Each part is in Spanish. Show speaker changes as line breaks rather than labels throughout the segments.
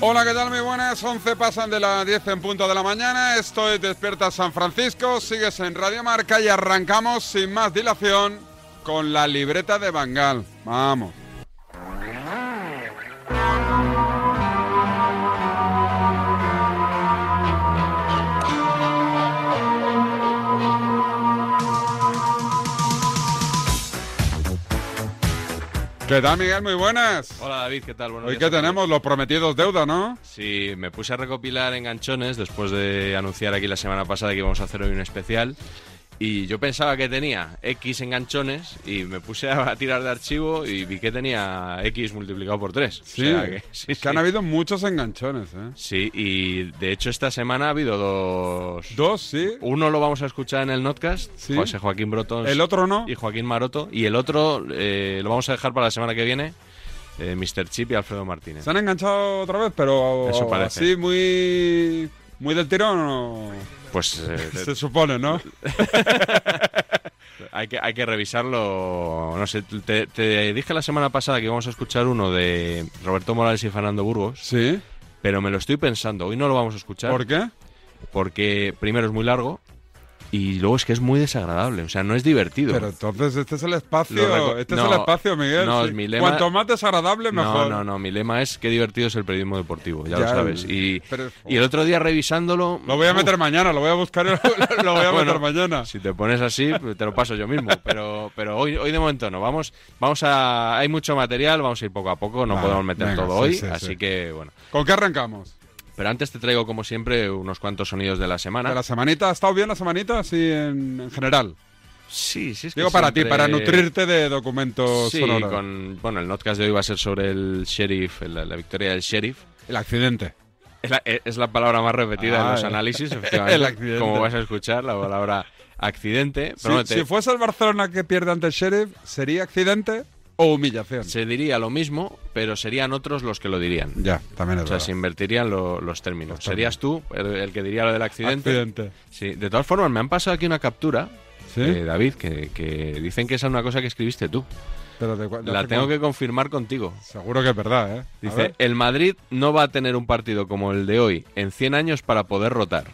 Hola, ¿qué tal? Muy buenas. 11 pasan de las 10 en punto de la mañana. Esto es Despierta San Francisco. Sigues en Radio Marca y arrancamos sin más dilación con la libreta de Bangal. Vamos. ¿Qué tal, Miguel? Muy buenas.
Hola, David, ¿qué tal? Buenos
Hoy
días
que
a todos.
tenemos los prometidos deuda, ¿no?
Sí, me puse a recopilar enganchones después de anunciar aquí la semana pasada que íbamos a hacer hoy un especial. Y yo pensaba que tenía X enganchones y me puse a tirar de archivo y vi que tenía X multiplicado por 3.
Sí, que, sí, que han habido muchos enganchones, ¿eh?
Sí, y de hecho esta semana ha habido dos.
Dos, sí.
Uno lo vamos a escuchar en el Notcast,
Sí.
José Joaquín Brotons.
El otro no.
Y Joaquín Maroto. Y el otro eh, lo vamos a dejar para la semana que viene, eh, Mr. Chip y Alfredo Martínez.
Se han enganchado otra vez, pero
Eso parece.
así muy, muy del tirón. ¿o?
Pues eh,
Se supone, ¿no?
Hay que, hay que revisarlo. No sé, te, te dije la semana pasada que íbamos a escuchar uno de Roberto Morales y Fernando Burgos,
Sí.
pero me lo estoy pensando. Hoy no lo vamos a escuchar
¿Por qué?
porque primero es muy largo y luego es que es muy desagradable. O sea, no es divertido.
Pero entonces este es el
Lo
espacio.
reco-
Este es
No,
el espacio, Miguel.
no,
sí.
mi lema-
Cuanto más desagradable,
no,
mejor.
no, no. Mi lema es que divertido es el periodismo deportivo, ya,
Ya,
lo sabes. Y,
pero-
y el otro día revisándolo.
Lo voy a
uf,
meter mañana, lo voy a buscar y lo, lo voy a
Bueno,
meter mañana.
Si te pones así, pues, te lo paso yo mismo. Pero, pero hoy, hoy de momento no. Vamos, vamos a. Hay mucho material, vamos a ir poco a poco. No
Vale,
podemos meter
venga,
todo
sí,
hoy,
sí,
así
sí.
que bueno.
¿Con qué arrancamos?
Pero antes te traigo, como siempre, unos cuantos sonidos de la semana.
¿De la semanita? ¿Ha estado bien la semanita? Sí, en, en general.
Sí, sí, es que
Digo para ti,
siempre-
para nutrirte de documentos
Sí,
sonoros.
con, bueno, el notcast de hoy va a ser sobre el sheriff, la, la victoria del sheriff.
El accidente.
Es la, es la palabra más repetida en
Ah,
los
el-
análisis, efectivamente.
el accidente.
Como vas a escuchar, la palabra accidente. Pero
Si,
bueno, te-
si fuese el Barcelona que pierde ante el Sheriff, ¿sería accidente o humillación?
se diría lo mismo, pero serían otros los que lo dirían.
Ya, también es
O sea,
verdad.
se invertirían lo- los términos. Serías tú el, el que diría lo del accidente.
Accidente.
Sí, de todas formas, me han pasado aquí una captura,
¿Sí?
eh, David, que, que dicen que esa es una cosa que escribiste tú.
Pero de cua- de
La
hace
tengo
cuánto.
que confirmar contigo.
Seguro que es verdad, ¿eh? A
Dice,
ver.
el Madrid no va a tener un partido como el de hoy en 100 años para poder rotar.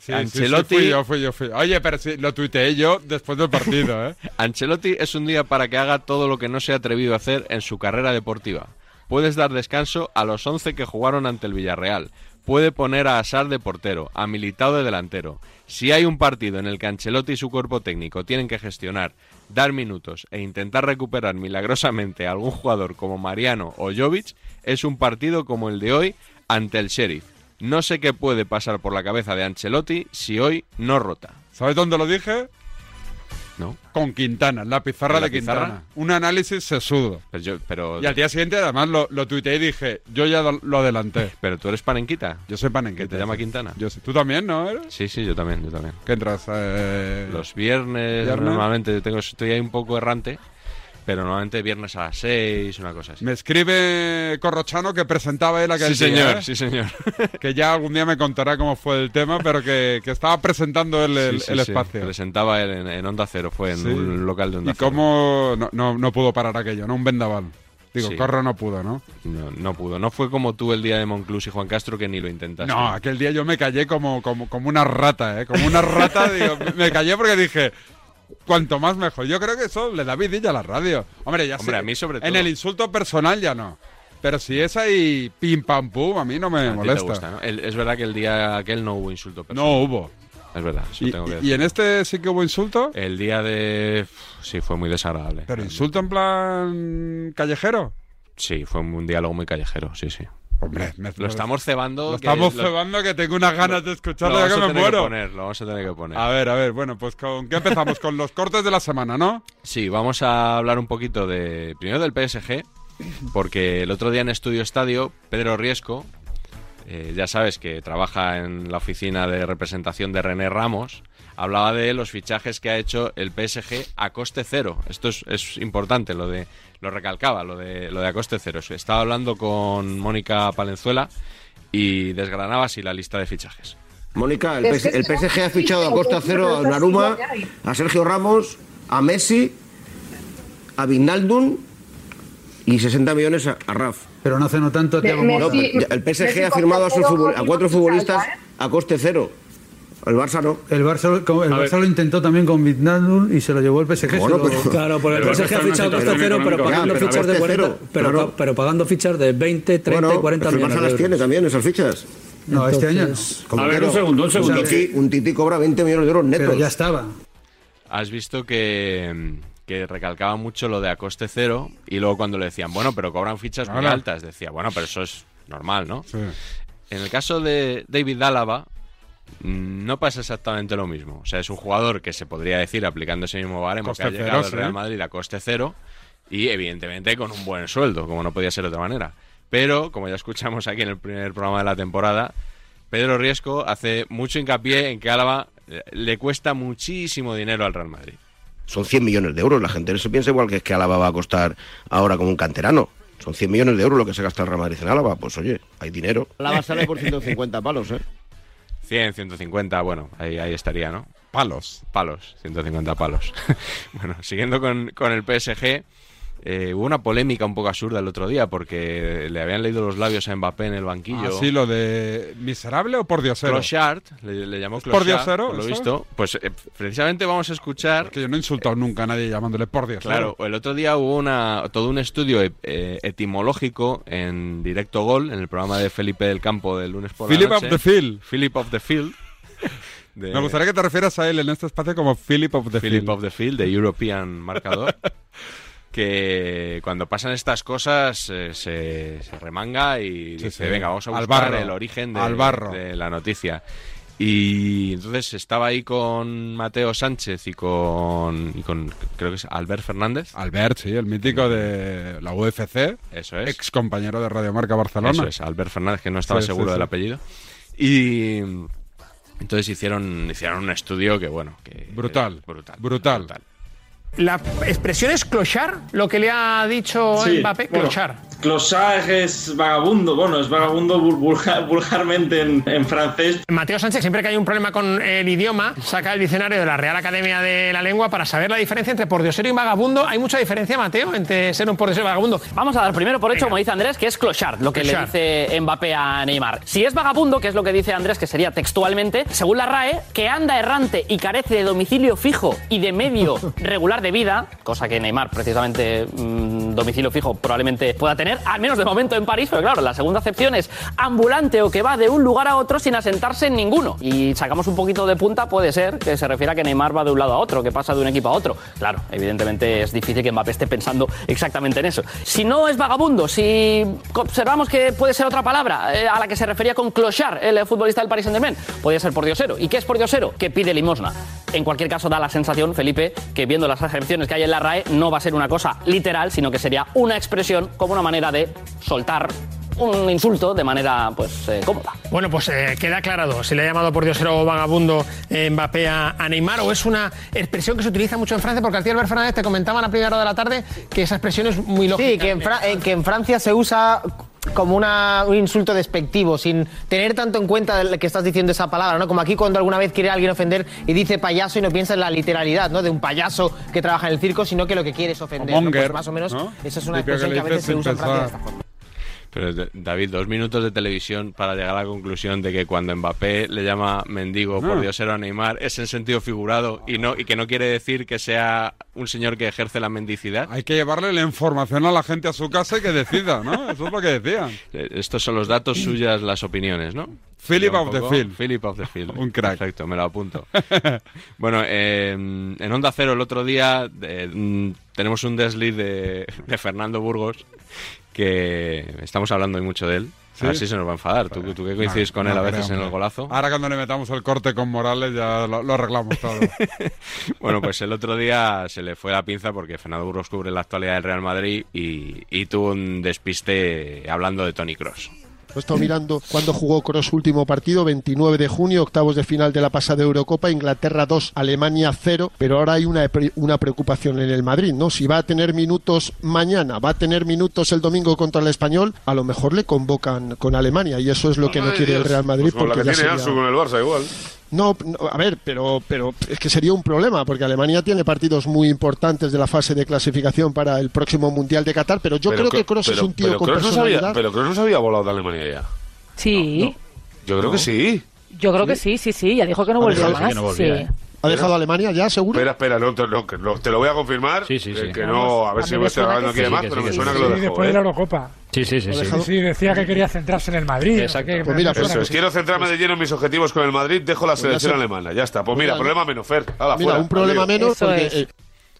Sí, sí,
Ancelotti-
sí, fui yo, fui yo, fui yo. Oye, pero sí, lo tuiteé yo después del partido, ¿eh?
Ancelotti es un día para que haga todo lo que no se ha atrevido a hacer en su carrera deportiva. Puedes dar descanso a los 11 que jugaron ante el Villarreal. Puede poner a Asar de portero, a Militao de delantero. Si hay un partido en el que Ancelotti y su cuerpo técnico tienen que gestionar, dar minutos e intentar recuperar milagrosamente a algún jugador como Mariano o Jovic, es un partido como el de hoy ante el Sheriff. No sé qué puede pasar por la cabeza de Ancelotti si hoy no rota.
¿Sabes dónde lo dije?
¿No?
Con Quintana, en la pizarra
¿En la
de Quintana.
pizarra?
Un análisis sesudo.
Pero yo- pero,
Y al día siguiente, además, lo, lo tuiteé y dije, Eh, yo ya lo adelanté.
pero tú eres parenquita.
Yo soy
que
panenquete.
te llama Quintana.
Yo sé. Tú también, ¿no? ¿Eres?
Sí, sí, yo también, yo también.
¿Qué entras? Eh,
Los viernes,
Viernes.
normalmente tengo, estoy ahí un poco errante, pero normalmente viernes a las 6, una cosa así.
Me escribe Corrochano que presentaba él aquel
Sí,
día,
señor,
¿eh?
sí, señor.
Que ya algún día me contará cómo fue el tema, pero que, que estaba presentando él el,
Sí, sí,
el
sí.
espacio.
Presentaba él en, en Onda Cero, fue en
Sí.
un local de Onda
y cómo no, no, no pudo parar aquello, ¿no? Un vendaval. Digo,
Sí.
Corro no pudo, ¿no?
Cero. No, no pudo. No fue como tú el día de Monclús y Juan Castro que ni lo intentaste.
No, aquel día yo me callé como, como, como una rata, ¿eh? Como una rata, digo, me- me callé porque dije, cuanto más mejor. Yo creo que eso le da vidilla a la radio. Hombre, ya
Hombre,
sé,
a mí sobre
En
todo.
el insulto personal ya no. Pero si es ahí pim pam pum, a mí no me
A ti te
molesta.
gusta, ¿no? El- es verdad que el día aquel no hubo insulto personal.
No hubo.
Es verdad, eso
Y,
tengo que
y-
decir.
y en este sí que hubo insulto,
El día de... Sí, fue muy desagradable.
pero insulto en plan callejero.
Sí, fue un diálogo muy callejero, sí, sí.
Hombre, me-
Lo estamos cebando.
Pues lo
que-
estamos
lo-
cebando que tengo unas ganas de
lo
escucharlo
vamos
ya
a
que me
tener que
muero.
poner, lo vamos a tener que poner.
A ver, a ver, bueno, pues con qué empezamos con los cortes de la semana, ¿no?
Sí, vamos a hablar un poquito de primero del PSG, porque el otro día en Estudio Estadio, Pedro Riesco, eh, ya sabes que trabaja en la oficina de representación de René Ramos, hablaba de los fichajes que ha hecho el PSG a coste cero. Esto es, es importante, lo de lo recalcaba, lo de, lo de a coste cero. Estaba hablando con Mónica Palenzuela y desgranaba así la lista de fichajes.
Mónica, el, PS- el PSG ha fichado a Costa Cero, a Naruma, a Sergio Ramos, a Messi, a Vignaldum y 60 millones a, a Raf.
Pero no hace no tanto te hago
No, pero ya- el PSG ha firmado a, sus futbol- a cuatro futbolistas a coste cero. El Barça no.
El Barça, lo- el
ver.
Barça lo intentó también con Vignaldum y se lo llevó el PSG.
Bueno,
se lo-
pero-
Claro, por el
Pero
PSG ha
está en una
fichado coste
situación
cero, pero
económica
pagando
buena, pero
fichas de
coste
40,
cero,
pero,
claro.
pa- pero pagando fichas de 20, 30 y
Bueno,
40
pero el
millones
Barça
de
las
euros.
tiene también, esas fichas.
No, este año no.
Entonces,
Como
A ver,
que
un
no.
segundo, un segundo.
titi, un titi cobra 20 millones de euros
Pero
netos.
ya estaba.
Has visto que, que recalcaba mucho lo de a coste cero y luego cuando le decían, bueno, pero cobran fichas muy
Ahora.
altas, decía, bueno, pero eso es normal, ¿no? En el caso de David Álava, mm, no pasa exactamente lo mismo. O sea, es un jugador que se podría decir, aplicando ese mismo baremo,
Coste
que ha
cero,
llegado al
sí.
Real Madrid a coste cero y, evidentemente, con un buen sueldo, como no podía ser de otra manera. Pero, como ya escuchamos aquí en el primer programa de la temporada, Pedro Riesco hace mucho hincapié en que Álava eh, le cuesta muchísimo dinero al Real Madrid.
Son 100 millones de euros. La gente se piensa igual que es que Álava va a costar ahora como un canterano. Son 100 millones de euros lo que se gasta el Real Madrid en Álava. Pues oye, hay dinero. Álava sale por 150 palos, ¿eh?
100, 150, bueno, ahí, ahí estaría, ¿no?
Palos.
Palos, 150 palos. bueno, siguiendo con, con el PSG, eh, hubo una polémica un poco absurda el otro día porque le habían leído los labios a Mbappé en el banquillo.
Así Ah, lo de miserable o por diosero.
Clochard, le, le llamó
¿Es por
Clochard,
diosero
por lo
eso?
visto. Pues eh, precisamente vamos a escuchar
Que yo no he insultado nunca a nadie llamándole por Dios.
Claro, el otro día hubo una, todo un estudio e- eh, etimológico en Directo Gol, en el programa de Felipe del Campo del lunes por
Philip
la
of
noche.
the Field.
Philip of the Field. de-
Me gustaría que te refieras a él en este espacio como Philip of the
Philip
Field.
of the Field, de European Marcador, que cuando pasan estas cosas eh, se, se remanga y
Sí,
dice,
sí.
venga, vamos a
Al
buscar
barro.
el origen de,
Al barro.
de la noticia. Y entonces estaba ahí con Mateo Sánchez y con, y con creo que es Albert Fernández.
Albert, sí, el mítico de la UFC,
Mm. Eso es.
ex compañero de Radio Marca Barcelona.
Eso es, Albert Fernández, que no estaba
Sí, sí,
seguro
sí.
del apellido. Y mm, entonces hicieron, hicieron un estudio que, bueno, que...
Brutal,
brutal.
brutal.
La expresión es clochar, lo que le ha dicho Mbappé, clochar.
Closar es vagabundo, bueno, es vagabundo vul- vulga- vulgarmente en, en francés.
Mateo Sánchez, siempre que hay un problema con el idioma, saca el diccionario de la Real Academia de la Lengua para saber la diferencia entre pordiosero y vagabundo. Hay mucha diferencia, Mateo, entre ser un pordiosero y vagabundo.
Vamos a dar primero por hecho, como dice Andrés, que es clochard, lo que
Clochard.
le dice Mbappé a Neymar. Si es vagabundo, que es lo que dice Andrés, que sería textualmente, según la RAE, que anda errante y carece de domicilio fijo y de medio regular de vida, cosa que Neymar, precisamente, mm, domicilio fijo probablemente pueda tener, al menos de momento en París, pero claro, la segunda acepción es ambulante o que va de un lugar a otro sin asentarse en ninguno. Y sacamos un poquito de punta, puede ser que se refiera a que Neymar va de un lado a otro, que pasa de un equipo a otro. Claro, evidentemente es difícil que Mbappé esté pensando exactamente en eso. Si no es vagabundo, si observamos que puede ser otra palabra eh, a la que se refería con clochar el futbolista del Paris Saint-Germain, podría ser por diosero. ¿Y qué es por diosero? Que pide limosna. En cualquier caso, da la sensación, Felipe, que viendo las acepciones que hay en la RAE, no va a ser una cosa literal, sino que sería una expresión como una manera de soltar un insulto de manera pues eh, cómoda.
Bueno, pues eh, queda aclarado si le ha llamado por diosero vagabundo eh, Mbappé a, a Neymar o es una expresión que se utiliza mucho en Francia, porque al tío Albert Fernández te comentaban a primera hora de la tarde que esa expresión es muy lógica.
Sí, que en, Fra- eh, que en Francia se usa como una- un insulto despectivo, sin tener tanto en cuenta el que estás diciendo esa palabra, ¿no? Como aquí cuando alguna vez quiere alguien ofender y dice payaso y no piensa en la literalidad, ¿no? De un payaso que trabaja en el circo, sino que lo que quiere es ofender. ¿no? Pues
monger,
más o menos,
¿no?
esa es una
Típico
expresión que,
que le
a veces
dices
se
sin
usa en Francia de
pensar.
esta forma.
Pero de- David, dos minutos de televisión para llegar a la conclusión de que cuando Mbappé le llama mendigo por
Ah.
diosero a Neymar es en sentido figurado y no y que no quiere decir que sea un señor que ejerce la mendicidad.
Hay que llevarle la información a la gente a su casa y que decida, ¿no? Eso es lo que decían.
Eh, Estos son los datos suyas, las opiniones, ¿no?
Philip
Yo un
of the
poco-
field.
Philip of the field.
Un crack.
Perfecto, me lo apunto. bueno, eh, en Onda Cero el otro día eh, mm, tenemos un desliz de, de Fernando Burgos que estamos hablando hoy mucho de él.
¿Sí?
A ver si se nos va a enfadar. ¿Tú, tú que coincides
No,
con
no
él a
creo,
veces en
hombre.
el golazo?
Ahora cuando le metamos el corte con Morales ya lo, lo arreglamos todo.
Bueno, pues el otro día se le fue la pinza porque Fernando Burgos cubre la actualidad del Real Madrid y, y tuvo un despiste hablando de Tony Cross.
He estado mirando cuando jugó Cross su último partido, 29 de junio, octavos de final de la pasada Eurocopa, Inglaterra 2, Alemania 0, pero ahora hay una, pre- una preocupación en el Madrid, ¿no? Si va a tener minutos mañana, va a tener minutos el domingo contra el Español, a lo mejor le convocan con Alemania y eso es lo que no
Ay,
quiere el
Dios.
Real Madrid
Pues como la
porque
que
ya
tiene
sería-
Ansu con el Barça igual.
No, no, a ver, pero, pero es que sería un problema, porque Alemania tiene partidos muy importantes de la fase de clasificación para el próximo Mundial de Qatar, pero yo creo
Pero
que
Cro-
Cross es
pero-
un tío
pero
con
Kroos no sabía-
personalidad.
pero Cross no se había volado de Alemania ya.
Sí,
Yo creo que sí.
yo creo que sí, sí, sí. Ya dijo que no ¿eh?
Ha
volvió
dejado-
más. sí.
¿Ha dejado Alemania ya, seguro?
Espera, espera, no, te- no, que- no, te lo voy a confirmar. eh, Que no, a ver
a
si
mí
me
me
estoy
suena
hablando
que
aquí de
sí,
más,
que
pero
sí,
me
que
suena
sí.
que lo
Sí,
dejó.
después de
¿eh?
la Eurocopa.
Sí, sí, sí,
Lo
sí.
dejado- Sí, decía que quería centrarse en el Madrid. Pues o sea, que-
Eso es. Quiero centrarme de lleno en mis objetivos con el Madrid, dejo la selección
ser-
alemana. Ya está. Pues mira,
Mira,
problema menos, Fer. Hala,
mira,
fuera,
un problema
al lío.
menos Eso porque,
es. eh,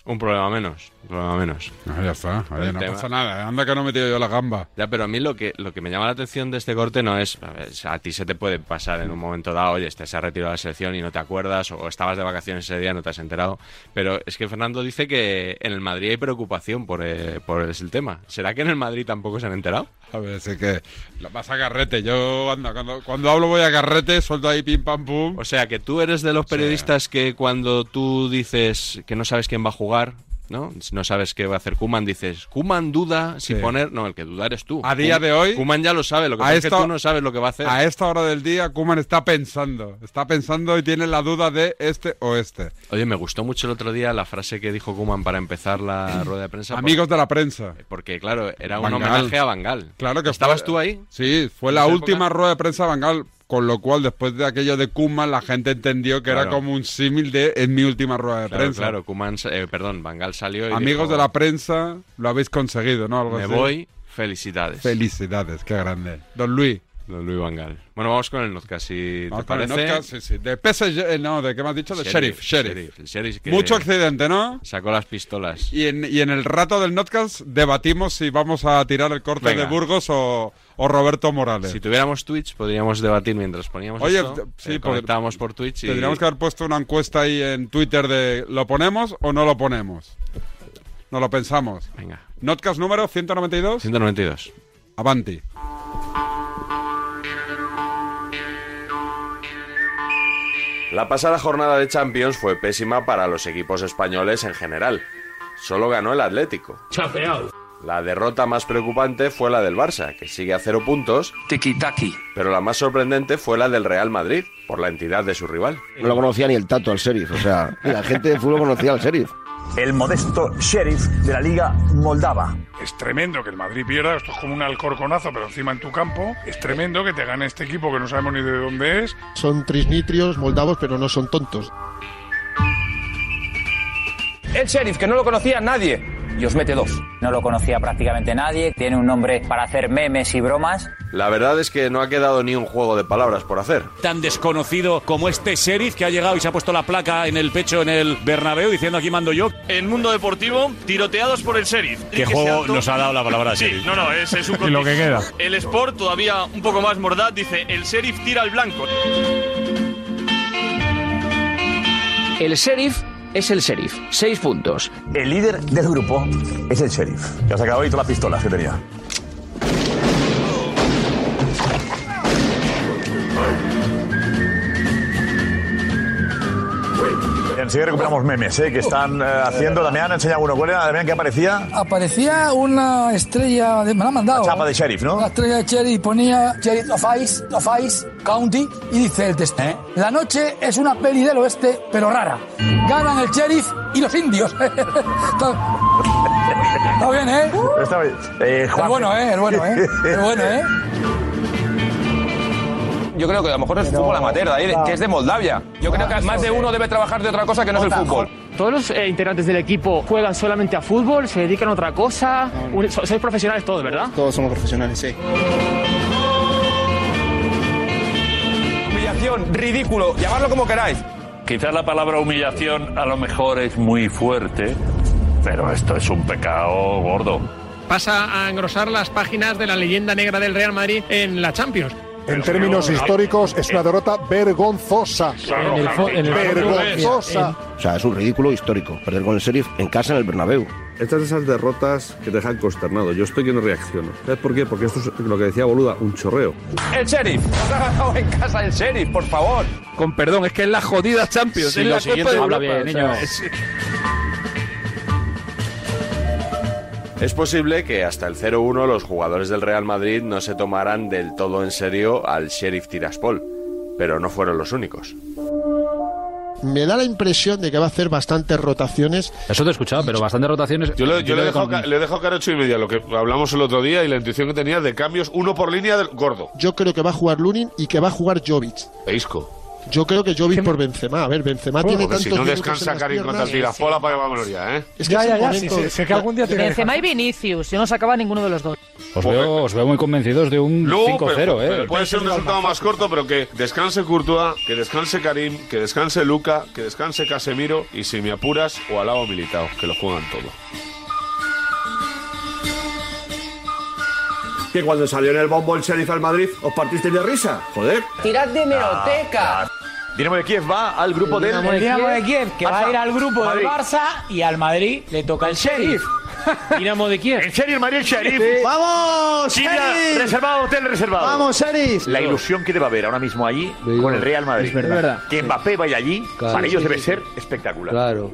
Un problema menos, un problema menos.
Ah, ya está, no pasa ¿eh?
nada,
anda que no he metido yo la gamba.
Ya, pero a mí lo que, lo que me llama la atención de este corte no es, a, ver, a ti se te puede pasar en un momento dado, oye, este se ha retirado de la selección y no te acuerdas, o, estabas de vacaciones ese día y no te has enterado, pero es que Fernando dice que en el Madrid hay preocupación por, eh, por el tema. ¿Será que en el Madrid tampoco se han enterado?
A ver, sí que lo vas a garrete. Yo, anda, cuando, cuando hablo voy a garrete, suelto ahí pim pam pum.
O sea, que tú eres de los periodistas que cuando tú dices que no sabes quién va a jugar, ¿no? No sabes qué va a hacer Kuman, dices, Kuman duda si
Sí.
poner. No, el que duda eres tú.
A día de hoy-
Kuman ya lo sabe, lo que pasa es que tú no sabes lo que va a hacer.
A esta hora del día, Kuman está pensando. Está pensando y tiene la duda de este o este.
Oye, me gustó mucho el otro día la frase que dijo Kuman para empezar la rueda de prensa.
Amigos de la prensa.
Porque, claro, era un
Van Gaal.
homenaje a Bangal.
Claro que
¿Estabas
fue-
tú ahí?
Sí, fue
¿En
la
esa
última rueda de prensa de Bangal, con lo cual después de aquello de Kuman la gente entendió que era
Claro.
como un símil de en mi última rueda de
Claro,
prensa.
claro, Koeman sa- eh, perdón, Bangal salió y
Amigos
dijo,
de la prensa, lo habéis conseguido, ¿no? Algo
me
así.
voy, felicidades.
Felicidades, qué grande. Don Luis.
Don Luis Bangal. Bueno, vamos con el Nozca, si
Vamos
te
con el
parece.
Notcast, sí, sí. De PSG, eh, no, ¿de qué me has dicho? De Sheriff, Sheriff.
El sheriff que
Mucho accidente, ¿no?
Sacó las pistolas.
Y en, y en el rato del Notcast debatimos si vamos a tirar el corte
Venga.
de Burgos o, o Roberto Morales.
Si tuviéramos Twitch, podríamos debatir mientras poníamos
Oye,
esto,
t- sí,
eh,
porque-
comentábamos por Twitch y...
Tendríamos que haber puesto una encuesta ahí en Twitter de ¿lo ponemos o no lo ponemos? No lo pensamos.
Venga.
Notcast número 192.
192.
Avanti.
La pasada jornada de Champions fue pésima para los equipos españoles en general. Solo ganó el Atlético. La derrota más preocupante fue la del Barça, que sigue a cero puntos. Tiki-taki. Pero la más sorprendente fue la del Real Madrid, por la entidad de su rival.
No lo conocía ni el tato al sheriff. O sea, la gente de fútbol conocía al sheriff.
El modesto sheriff de la Liga Moldava.
Es tremendo que el Madrid pierda, esto es como un alcorconazo, pero encima en tu campo. Es tremendo que te gane este equipo que no sabemos ni de dónde es.
Son trisnitrios, moldavos, pero no son tontos.
El sheriff que no lo conocía nadie. Y os mete dos. No lo conocía prácticamente nadie. Tiene un nombre para hacer memes y bromas.
La verdad es que no ha quedado ni un juego de palabras por hacer.
tan desconocido como este sheriff que ha llegado y se ha puesto la placa en el pecho en el Bernabéu diciendo aquí mando yo.
En mundo deportivo, tiroteados por el sheriff.
¿Qué juego nos ha dado la palabra
Sí,
sheriff?
no, no, es, es un
Y lo que queda.
El Sport, todavía un poco más mordaz, dice: el sheriff tira al blanco.
El sheriff es el sheriff. Seis puntos.
El líder del grupo es el sheriff.
Ya se acabó y todas las pistolas que tenía.
Enseguida recuperamos memes ¿eh? que están eh, haciendo. Damián, enseña uno. ¿Cuál era, Damián, que aparecía?
Aparecía una estrella, de, me la han mandado.
Chapa de sheriff, ¿no?
Una estrella de Cherry ponía Cherry of Ice, of Ice County y dice el texto. La noche es una peli del oeste, pero rara. Ganan el sheriff y los indios. Está- está bien, ¿eh?
Está bien. Eh,
Es bueno, ¿eh? Es bueno, ¿eh? Es bueno, ¿eh?
Yo creo que a lo mejor es fútbol amateur, de ahí, de- que es de Moldavia. Yo creo que más de uno debe trabajar de otra cosa que no es el fútbol.
Todos los eh, integrantes del equipo juegan solamente a fútbol, se dedican a otra cosa. Un- so- sois profesionales todos, ¿verdad?
Todos somos profesionales, sí.
Humillación, ridículo, llamadlo como queráis.
Quizás la palabra humillación a lo mejor es muy fuerte, pero esto es un pecado gordo.
Pasa a engrosar las páginas de la leyenda negra del Real Madrid en la Champions.
En términos históricos, es una derrota vergonzosa. Vergonzosa.
O sea, es un ridículo histórico. Perder con el Sheriff en casa en el Bernabéu.
Estas son esas derrotas que te dejan consternado. Yo estoy que no reacciono. ¿Sabes por qué? Porque esto es lo que decía Boluda, un chorreo.
El sheriff, nos ha ganado en casa el sheriff, por favor.
Con perdón, es que es la jodida Champions.
Sí,
es
lo
la
siguiente
Copa de
habla
Europa,
bien,
o sea,
niño.
es-
Es posible que hasta el 0-1 los jugadores del Real Madrid no se tomaran del todo en serio al Sheriff Tiraspol, pero no fueron los únicos.
Me da la impresión de que va a hacer bastantes rotaciones.
Eso te he escuchado, pero bastantes rotaciones.
Yo le, yo le he dejado
con-
ca- le he dejado cara ocho y media, lo que hablamos el otro día y la intuición que tenía de cambios, uno por línea del gordo.
Yo creo que va a jugar Lunin y que va a jugar Jovic.
E Isco.
Yo creo que Jovic por Benzema. A ver, Benzema tiene
Porque
tantos
si no
minutos en
descansa
las
Karim contra
piernas.
el Tirafola, para que vamos gloria, ¿eh?
Es
Ya, ya, ya, sí, sí,
momento-
sé que algún día te voy a dejar.
Benzema y Vinicius, yo no sacaba ninguno de los dos.
Os veo, os veo muy convencidos de un
No,
5-0,
pero-
¿eh?
pero puede ser un resultado más corto, pero que descanse Courtois, que descanse Karim, que descanse Luca, que descanse Casemiro y si me apuras, o alabo militado, que lo juegan todo.
Que cuando salió en el bombo el Sheriff al Madrid, os partisteis de risa. Joder.
Tirad de
Ah,
hemeroteca. Dinamo de Kiev va al grupo del...
El Dinamo de Kiev, que va a ir al grupo del Barça y al Madrid le toca el Sheriff.
Dinamo de Kiev. El Sheriff, María, el Sheriff.
Sí. ¡Vamos,
Silla
Sheriff!
reservado, hotel reservado.
¡Vamos, Sheriff!
La ilusión que debe haber ahora mismo allí con el Real Madrid.
es verdad. Es verdad.
Que Mbappé vaya allí,
Claro.
para ellos
Sí,
debe
sí,
ser espectacular.
Claro.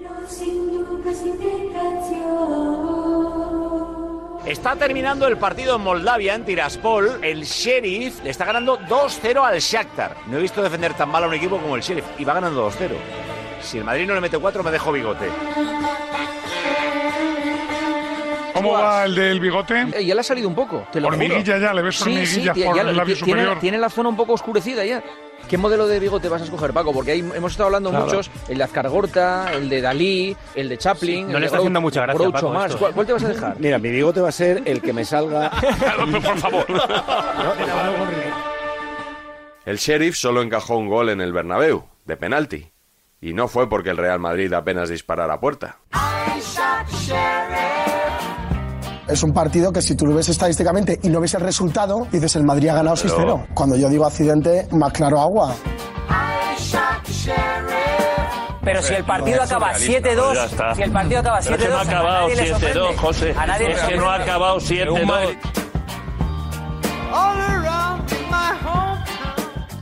Está terminando el partido en Moldavia, en Tiraspol. El Sheriff le está ganando 2-0 al Shakhtar.
No he visto defender tan mal a un equipo como el Sheriff. Y va ganando 2-0. Si el Madrid no le mete 4, me dejo bigote.
¿Cómo va el del bigote?
Eh, ya le ha salido un poco, te lo juro.
Hormiguilla ya, le ves hormiguilla
tía,
por
ya
el
lo-
labio
ti- tiene,
superior.
tiene la zona un poco oscurecida ya. ¿Qué modelo de bigote vas a escoger, Paco? Porque ahí hemos estado hablando
Claro.
muchos, el de Azcargorta, el de Dalí, el de Chaplin. el
no le
de
está
Grou-
haciendo mucha gracia,
Groucho
Paco,
Marx.
esto.
¿Cuál, cuál te vas a dejar?
Mira, mi bigote va a ser el que me salga.
por favor.
El Sheriff solo encajó un gol en el Bernabéu, de penalti, y no fue porque el Real Madrid apenas disparara a puerta.
Es un partido que si tú lo ves estadísticamente y no ves el resultado, dices el Madrid ha ganado
Pero-
6-0. Cuando yo digo accidente, más claro agua. Pero si el partido acaba 7-2,
pues Ya está.
si el partido acaba
Pero es que no
7-2,
ha
a nadie
acabado
le sorprende.
7-2, José.
A nadie le
Es que no ha
sorprende.
acabado 7-2.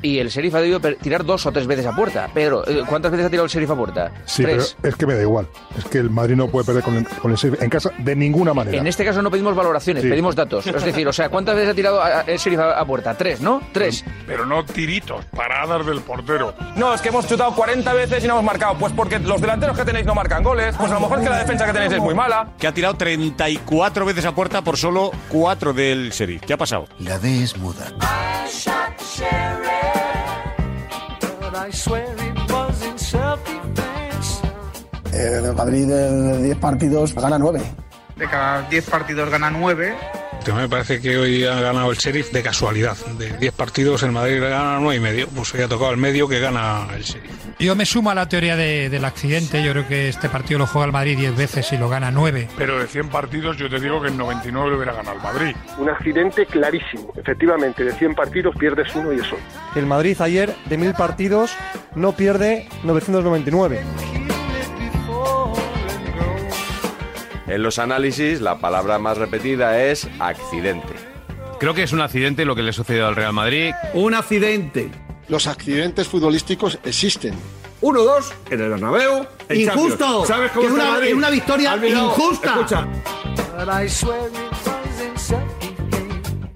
Y el sheriff ha debido per- tirar dos o tres veces a puerta. Pedro, eh, ¿cuántas veces ha tirado el sheriff a puerta?
Sí,
tres.
pero es que me da igual. Es que el Madrid no puede perder con el, con el Sheriff en casa de ninguna manera.
En este caso no pedimos valoraciones,
Sí.
pedimos datos. Es decir, o sea, ¿cuántas veces ha tirado a- a- el sheriff a, a puerta? Tres, ¿no? Tres.
Pero no tiritos, paradas del portero.
No, es que hemos chutado 40 veces y no hemos marcado. Pues porque los delanteros que tenéis no marcan goles. Pues a lo mejor es que la defensa que tenéis es muy mala.
Que ha tirado 34 veces a puerta por solo 4 del sheriff. ¿Qué ha pasado?
La D es muda.
Eh, el Madrid de- de 10 partidos gana 9.
De cada 10 partidos gana 9. Me parece que hoy ha ganado el Sheriff de casualidad. De 10 partidos el Madrid le gana 9 y medio. Pues hoy ha tocado el medio que gana el Sheriff.
Yo me sumo a la teoría de- del accidente. Yo creo que este partido lo juega el Madrid 10 veces y lo gana 9.
Pero de 100 partidos yo te digo que en 99 lo hubiera ganado el Madrid.
Un accidente clarísimo. Efectivamente, de 100 partidos pierdes uno y eso.
El Madrid ayer, de mil partidos, no pierde 999.
En los análisis, la palabra más repetida es accidente.
Creo que es un accidente lo que le ha sucedido al Real Madrid.
Un accidente. Los accidentes futbolísticos existen. 1-2 en el Bernabéu. en
Injusto.
Champions. ¿Sabes cómo
Que es
está
una-
Madrid?
es una victoria
Has mirado,
injusta.
Escucha,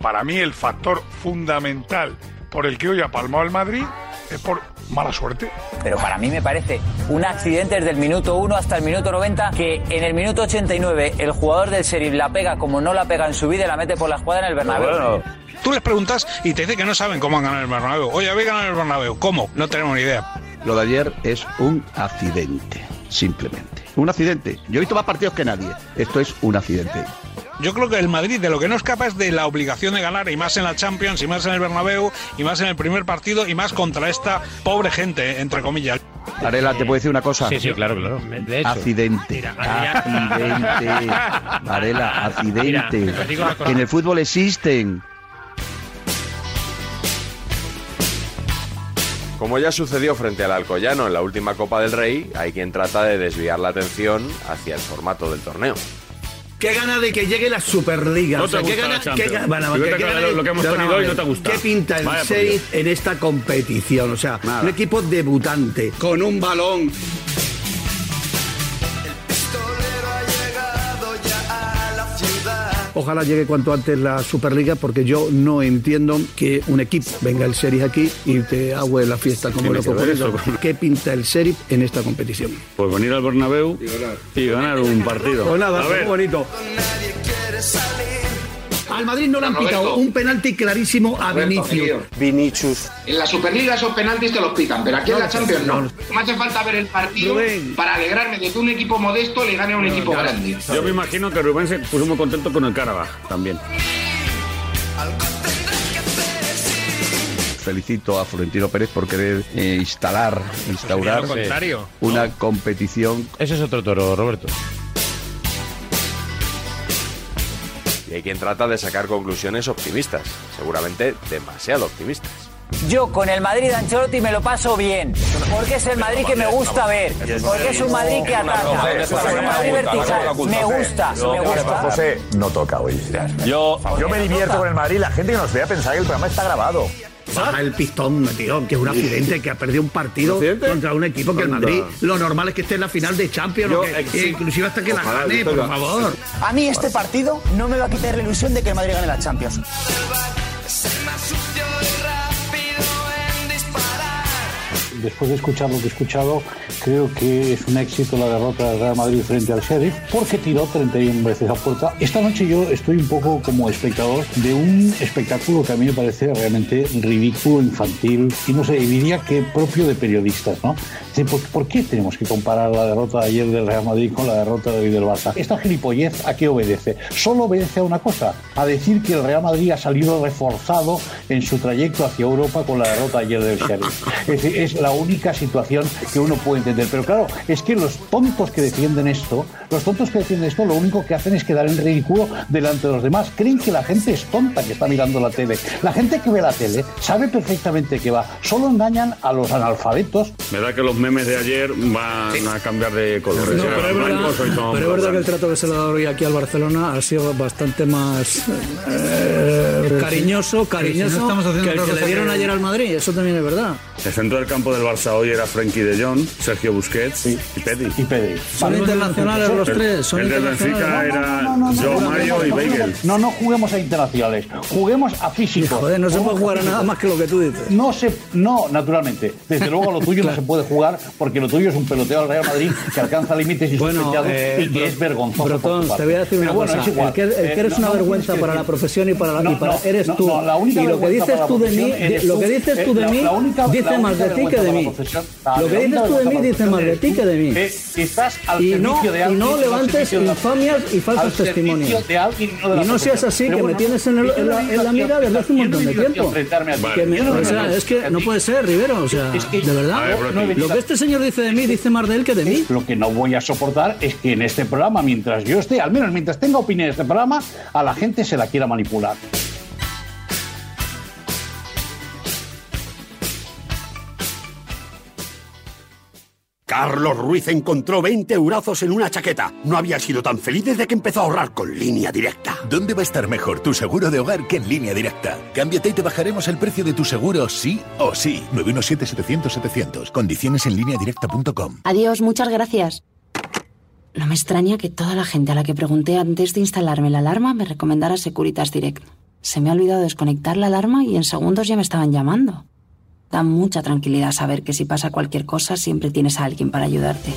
Para mí el factor fundamental por el que hoy ha palmado el Madrid es por mala suerte.
Pero para mí me parece un accidente desde el minuto 1 hasta el minuto 90 que en el minuto 89 el jugador del Sheriff la pega como no la pega en su vida y la mete por la jugada en el Bernabéu.
Tú les preguntas y te dice que no saben cómo han ganado el Bernabéu. Oye, habéis ganado el Bernabéu. ¿Cómo? No tenemos ni idea.
Lo de ayer es un accidente, simplemente. Un accidente. Yo he visto más partidos que nadie. Esto es un accidente.
Yo creo que el Madrid de lo que no escapa es de la obligación de ganar y más en la Champions y más en el Bernabéu y más en el primer partido y más contra esta pobre gente, entre comillas.
Arela, ¿te puedo decir una cosa?
Sí, sí, claro, claro. De hecho.
accidente. accidente. Varela, accidente.
Mira, os digo una cosa.
que en el fútbol existen.
Como ya sucedió frente al Alcoyano en la última Copa del Rey, hay quien trata de desviar la atención hacia el formato del torneo.
Qué gana de que llegue la Superliga.
No
o sea,
te
qué
gusta
gana,
la Champions.
qué gana- bueno,
Fíjate
qué
que
gana
lo-
de-
lo que hemos tenido hoy no te gusta.
¿Qué pinta el
Vaya por
Sheriff en esta competición? O sea, un equipo debutante. Con un balón. Ojalá llegue cuanto antes la Superliga porque yo no entiendo que un equipo venga el Sheriff aquí y te agüe la fiesta como
Tiene
loco
que
por
ver
eso.
eso.
¿Qué pinta el Sheriff en esta competición?
Pues venir al Bernabéu y ganar un partido.
Pues nada,
A
muy
ver,
bonito. Al Madrid no le han
Roberto.
pitado un penalti clarísimo a
Roberto,
Vinicius.
querido.
Vinicius.
En la Superliga esos penaltis te los pitan, pero aquí en
No,
la Champions no.
no.
No me hace falta ver el partido
Rubén.
para alegrarme de que un equipo modesto le gane a un equipo grande.
yo me imagino que Rubén se puso muy contento con el Carabaj también.
Felicito a Florentino Pérez por querer eh, instalar, instaurar
lo contrario,
una competición. Ese es otro toro, Roberto.
Y hay quien trata de sacar conclusiones optimistas, seguramente demasiado optimistas.
Yo con el Madrid de Ancelotti me lo paso bien, porque es el Madrid que me gusta ver, porque es un Madrid que ataca, es un Madrid vertical, me gusta, me gusta.
José no toca hoy.
Yo-
Yo me divierto con el Madrid. La gente que nos vea pensará que el programa está grabado.
Baja el pistón, tío, que es un accidente que ha perdido un partido contra un equipo que el Madrid. Lo normal es que esté en la final de Champions,
Yo
o que-
exijo-
inclusive hasta que
Ojalá,
la gane, por
Victoria.
favor.
A mí este partido no me va a quitar la ilusión de que el Madrid gane la Champions.
Después de escuchar lo que he escuchado, creo que es un éxito la derrota del Real Madrid frente al Sheriff, porque tiró 31 veces a puerta. Esta noche yo estoy un poco como espectador de un espectáculo que a mí me parece realmente ridículo, infantil, y no sé, y diría que propio de periodistas, ¿no? Es decir, ¿por, por qué tenemos que comparar la derrota de ayer del Real Madrid con la derrota de hoy del Barça? Esta gilipollez, ¿a qué obedece? Solo obedece a una cosa, a decir que el Real Madrid ha salido reforzado en su trayecto hacia Europa con la derrota ayer del Sheriff. Es, decir, es la única situación que uno puede entender. Pero claro, es que los tontos que defienden esto, los tontos que defienden esto, lo único que hacen es quedar en ridículo delante de los demás. Creen que la gente es tonta que está mirando la tele. La gente que ve la tele sabe perfectamente que va. Solo engañan a los analfabetos
Verdad que los memes de ayer van a cambiar de colores.
No, pero es
Blancos
verdad,
hoy son
pero es verdad que el
blancos.
trato que se le ha dado hoy aquí al Barcelona ha sido bastante más eh, cariñoso,
si no
cariñoso
estamos haciendo
que el
otra
que le
cosa
dieron
que-
ayer al Madrid. Eso también es verdad.
El centro del campo del Barça hoy era Frenkie de Jong, Sergio Busquets y Pedri. Y
Pedri.
Son internacionales los tres, son
el del
internacionales.
Benfica era
No, no, no, no, no,
Joe
no, no,
Mario
no,
y
no,
Weigel.
No, no juguemos a internacionales, juguemos a físicos.
Joder, no se puede jugar a nada más que lo que tú dices.
No se, no, naturalmente. Desde luego a lo tuyo no se puede jugar porque lo tuyo es un peloteo al Real Madrid que alcanza límites
Bueno,
insospechados
eh,
y que es vergonzoso. por
Brotón,
tu parte.
te voy a decir una
Pero bueno,
cosa.
es igual.
El que, el que
Eh,
eres
no,
una
no,
vergüenza
es que
para la
decir-
profesión y para, la,
No,
y para-
no,
eres
no,
tú.
no, la única
y lo que
vergüenza
dices
para
tú
la
de mí,
profesión eres
lo que
tú.
dices
Eh,
tú de
la-
mí,
la única- la
dice más
única
de ti que
vergüenza
de
para la
mí.
profesión- la-
Lo
la
que
única
dices tú de mí
vergüenza para la
dice más de ti que de mí.
Eh, estás al
Y no,
servicio de
y
alguien,
no
al
levantes
servicio de la-
infamias y
al
falsos
servicio
testimonios.
de alguien, no de la
Y no seas
profesión.
así,
Pero
que me
bueno,
tienes en, el-
yo no
en la,
digo
en la
que-
mira desde hace un
yo no
montón de
digo que
tiempo.
enfrentarme a ti.
Que me-
Yo no
o sea,
digo que-
es que no puede ser, Rivero. O sea,
Es que-
de
A ver,
verdad,
Brotón.
lo que este señor dice de mí, dice más de él que de mí.
Lo que no voy a soportar es que en este programa, mientras yo esté, al menos mientras tenga opinión de este programa, a la gente se la quiera manipular.
Carlos Ruiz encontró 20 eurazos en una chaqueta. No había sido tan feliz desde que empezó a ahorrar con Línea Directa.
¿Dónde va a estar mejor tu seguro de hogar que en Línea Directa? Cámbiate y te bajaremos el precio de tu seguro sí o sí. 917-700-700. Condiciones en lineadirecta.com.
Adiós, muchas gracias. No me extraña que toda la gente a la que pregunté antes de instalarme la alarma me recomendara Securitas Direct. Se me ha olvidado desconectar la alarma y en segundos ya me estaban llamando. Da mucha tranquilidad saber que si pasa cualquier cosa siempre tienes a alguien para ayudarte.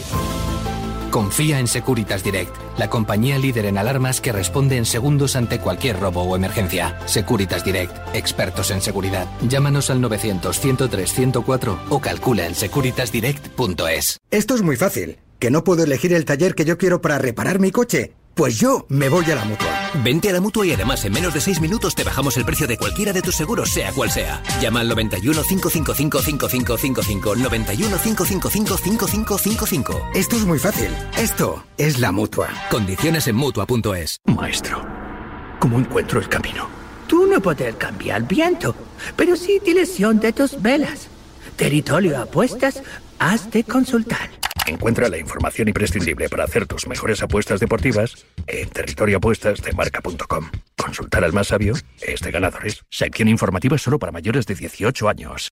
Confía en Securitas Direct, la compañía líder en alarmas que responde en segundos ante cualquier robo o emergencia. Securitas Direct, expertos en seguridad. Llámanos al 900-103-104 o calcula en securitasdirect.es.
Esto es muy fácil. ¿Que no puedo elegir el taller que yo quiero para reparar mi coche? Pues yo me voy a la mutua.
Vente a la mutua y además en menos de 6 minutos te bajamos el precio de cualquiera de tus seguros, sea cual sea. Llama al 91 555 5555 91 555 5555.
Esto es muy fácil. Esto es la mutua.
Condiciones en mutua.es.
Maestro, ¿cómo encuentro el camino? Tú no puedes cambiar viento, pero sí dirección de tus velas. Territorio apuestas, has de consultar.
Encuentra la información imprescindible para hacer tus mejores apuestas deportivas en territorioapuestasdemarca.com. Consultar al más sabio es de ganadores. Sección informativa solo para mayores de 18 años.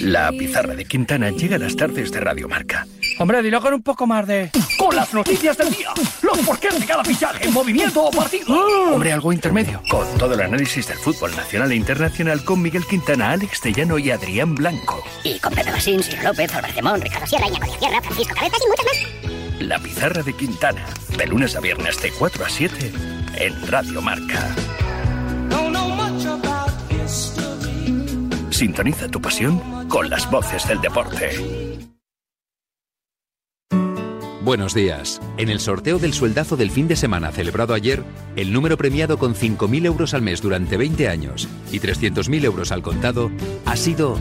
La pizarra de Quintana llega a las tardes de Radio Marca.
Hombre, dilo con un poco más de...
Con las noticias del día, los porqués de cada fichaje, movimiento o partido.
Hombre, algo intermedio. Con todo el análisis del fútbol nacional e internacional con Miguel Quintana, Alex Tellano y Adrián Blanco.
Y con Pepe Basín, Silo López, Albacemón, Ricardo Sierra, Iñaco de Sierra, Francisco Cabezas y muchos
más. La pizarra de Quintana, de lunes a viernes de 4 a 7 en Radio Marca. Sintoniza tu pasión con las voces del deporte.
Buenos días. En el sorteo del sueldazo del fin de semana celebrado ayer, el número premiado con 5.000 euros al mes durante 20 años y 300.000 euros al contado ha sido...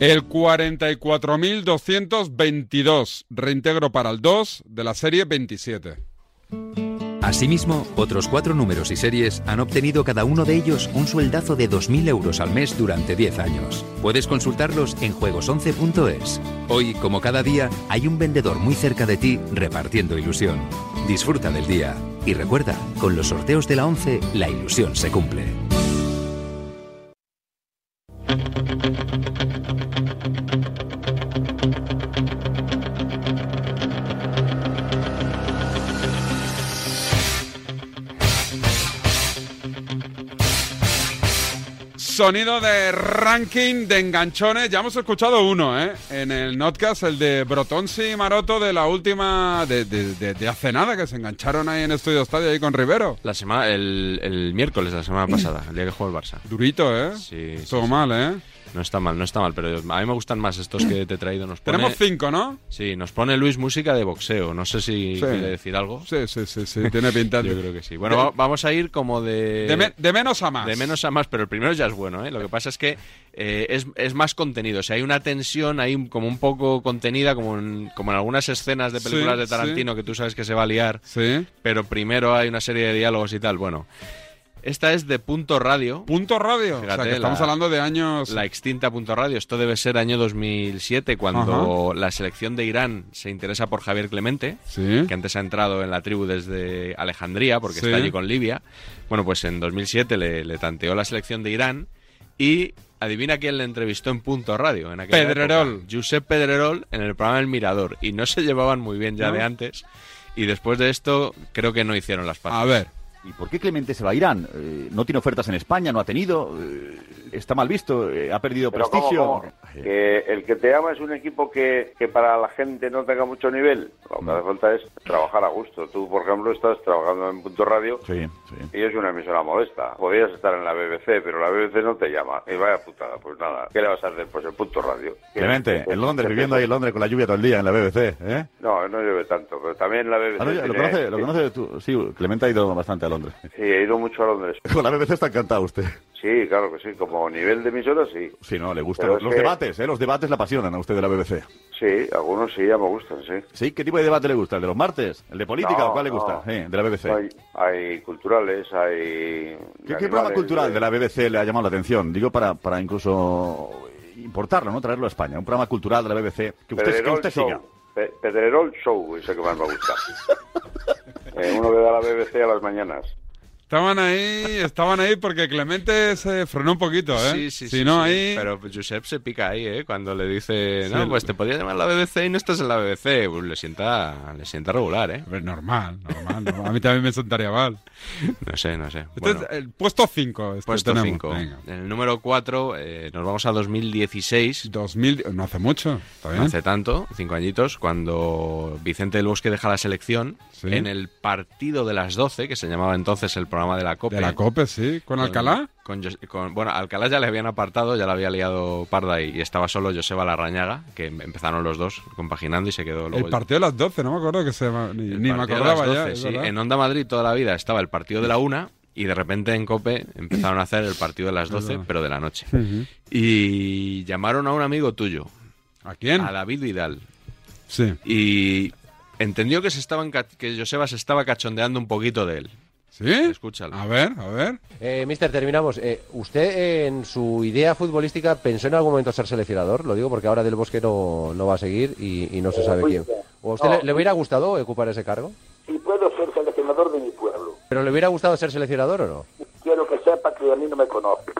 El 44.222, reintegro para el 2 de la serie 27.
Asimismo, otros cuatro números y series han obtenido cada uno de ellos un sueldazo de 2.000 euros al mes durante 10 años. Puedes consultarlos en juegos11.es. Hoy, como cada día, hay un vendedor muy cerca de ti repartiendo ilusión. Disfruta del día. Y recuerda, con los sorteos de la 11, la ilusión se cumple.
Sonido de ranking de enganchones. Ya hemos escuchado uno, ¿eh? En el Notcast, el de Brotonsi y Maroto de la última. De, de- de- de hace nada que se engancharon ahí en Estudio Estadio ahí con Rivero.
La semana, el, el miércoles de la semana pasada, el día que jugó el Barça.
Durito, ¿eh?
Sí.
Estuvo mal, ¿eh?
No está mal, no está mal, pero a mí me gustan más estos que te he traído. Nos pone-
Tenemos cinco, ¿no?
Sí, nos pone Luis música de boxeo. No sé si
Sí.
quiere decir algo.
Sí, sí, sí, sí. Tiene pinta.
Yo creo que sí. Bueno, va- vamos a ir como de.
De me- de menos a más.
De menos a más, pero el primero ya es bueno, ¿eh? Lo que pasa es que eh, es, es más contenido. O sea, hay una tensión ahí como un poco contenida, como en, como en algunas escenas de películas
Sí,
de Tarantino
sí.
que tú sabes que se va a liar.
Sí.
Pero primero hay una serie de diálogos y tal. Bueno, esta es de Punto Radio.
Punto Radio. o sea,
Fíjate,
que estamos
la-
hablando de años.
La extinta Punto Radio. Esto debe ser año 2007, cuando la selección de Irán se interesa por Javier Clemente,
Sí.
que antes ha entrado en la tribu desde Alejandría, porque
Sí.
está allí con Libia. Bueno, pues en 2007 le, le tanteó la selección de Irán y adivina quién le entrevistó en Punto Radio. En aquella
Pedrerol.
época. Josep Pedrerol en el programa El Mirador. Y no se llevaban muy bien ya
No.
de antes. Y después de esto, creo que no hicieron las paces.
¿Y por qué Clemente se va a Irán? Eh, no tiene ofertas en España, no ha tenido. eh, está mal visto, eh, ha perdido
Pero ¿cómo,
prestigio.
cómo? Que el que te ama es un equipo que, que para la gente no tenga mucho nivel.
Mm.
Lo que hace falta es trabajar a gusto. Tú, por ejemplo, estás trabajando en Punto Radio
Sí,
y es una emisora modesta. Podrías estar en la BBC, pero la BBC no te llama. Y vaya putada, pues nada. ¿Qué le vas a hacer? Pues el Punto Radio.
Clemente, en Londres, viviendo ahí en Londres con la lluvia todo el día en la BBC, ¿eh?
No, no llueve tanto, pero también la BBC...
Ah, no, ya,
tiene-
lo conoce,
lo conoce tú. Sí, Clemente ha ido bastante a Londres.
Sí, he ido mucho a Londres.
Con la BBC está encantado usted.
Sí, claro que sí. Como nivel de emisora, sí.
Sí, no, le
gusta.
Pero
los
que-
debates, ¿eh? Los debates le apasionan a usted de la BBC.
Sí, algunos sí, ya me gustan, sí.
¿Sí? ¿Qué tipo de debate le gusta? ¿El de los martes? ¿El de política?
No,
¿O ¿Cuál le
no.
gusta? Sí, de la BBC.
Hay, hay culturales, hay... de
¿Qué, qué programa
animales,
cultural
de-
de la BBC le ha llamado la atención? Digo, para, para incluso importarlo, ¿no? Traerlo a España. Un programa cultural de la BBC que usted, que
Pedrerol
usted
Show.
siga.
Pe- Pedrerol Show, ese que más me gusta. Eh, uno que da la BBC a las mañanas.
Estaban ahí, estaban ahí porque Clemente se frenó un poquito, ¿eh?
Sí, sí,
si
sí,
no,
sí.
ahí...
Pero Josep se pica ahí, ¿eh? Cuando le dice,
Sí,
no,
el-
pues te podía llamar la BBC y no estás en la BBC. Pues le sienta, le sienta regular, ¿eh?
normal, normal, normal. A mí también me sentaría mal.
No sé, no sé.
Este es
Bueno.
el puesto este 5.
Puesto 5. En el número 4 nos vamos a 2016.
2000, no hace mucho, está bien.
No hace tanto, cinco añitos, cuando Vicente del Bosque deja la selección
Sí.
en el partido de las 12, que se llamaba entonces el programa de la COPE.
De la COPE, sí. ¿Con Alcalá?
Con Jos- con- bueno, Alcalá ya le habían apartado, ya la había liado Parda y, y estaba solo Joseba Larrañaga, que em- empezaron los dos compaginando y se quedó luego
El partido de las 12, no me acuerdo que se llama. Ni, ni me
partido de
acordaba
las
ya.
12,
es
sí.
verdad.
En Onda Madrid toda la vida estaba el partido de la una y de repente en COPE empezaron a hacer el partido de las 12,
verdad.
pero de la noche.
Ujú.
Y llamaron a un amigo tuyo.
¿A quién?
A David Vidal.
Sí.
Y entendió que se estaban ca- que Joseba se estaba cachondeando un poquito de él.
¿Sí?
Escúchalo.
A ver, a ver.
Eh, mister, terminamos. Eh, ¿Usted eh, en su idea futbolística pensó en algún momento ser seleccionador? Lo digo porque ahora Del Bosque no, no va a seguir y, y no se sabe quién. ¿O a usted
No.
le, le hubiera gustado ocupar ese cargo?
Si puedo ser seleccionador de mi pueblo,
¿Pero le hubiera gustado ser seleccionador o no?
quiero que sepa que a mí no me conoce.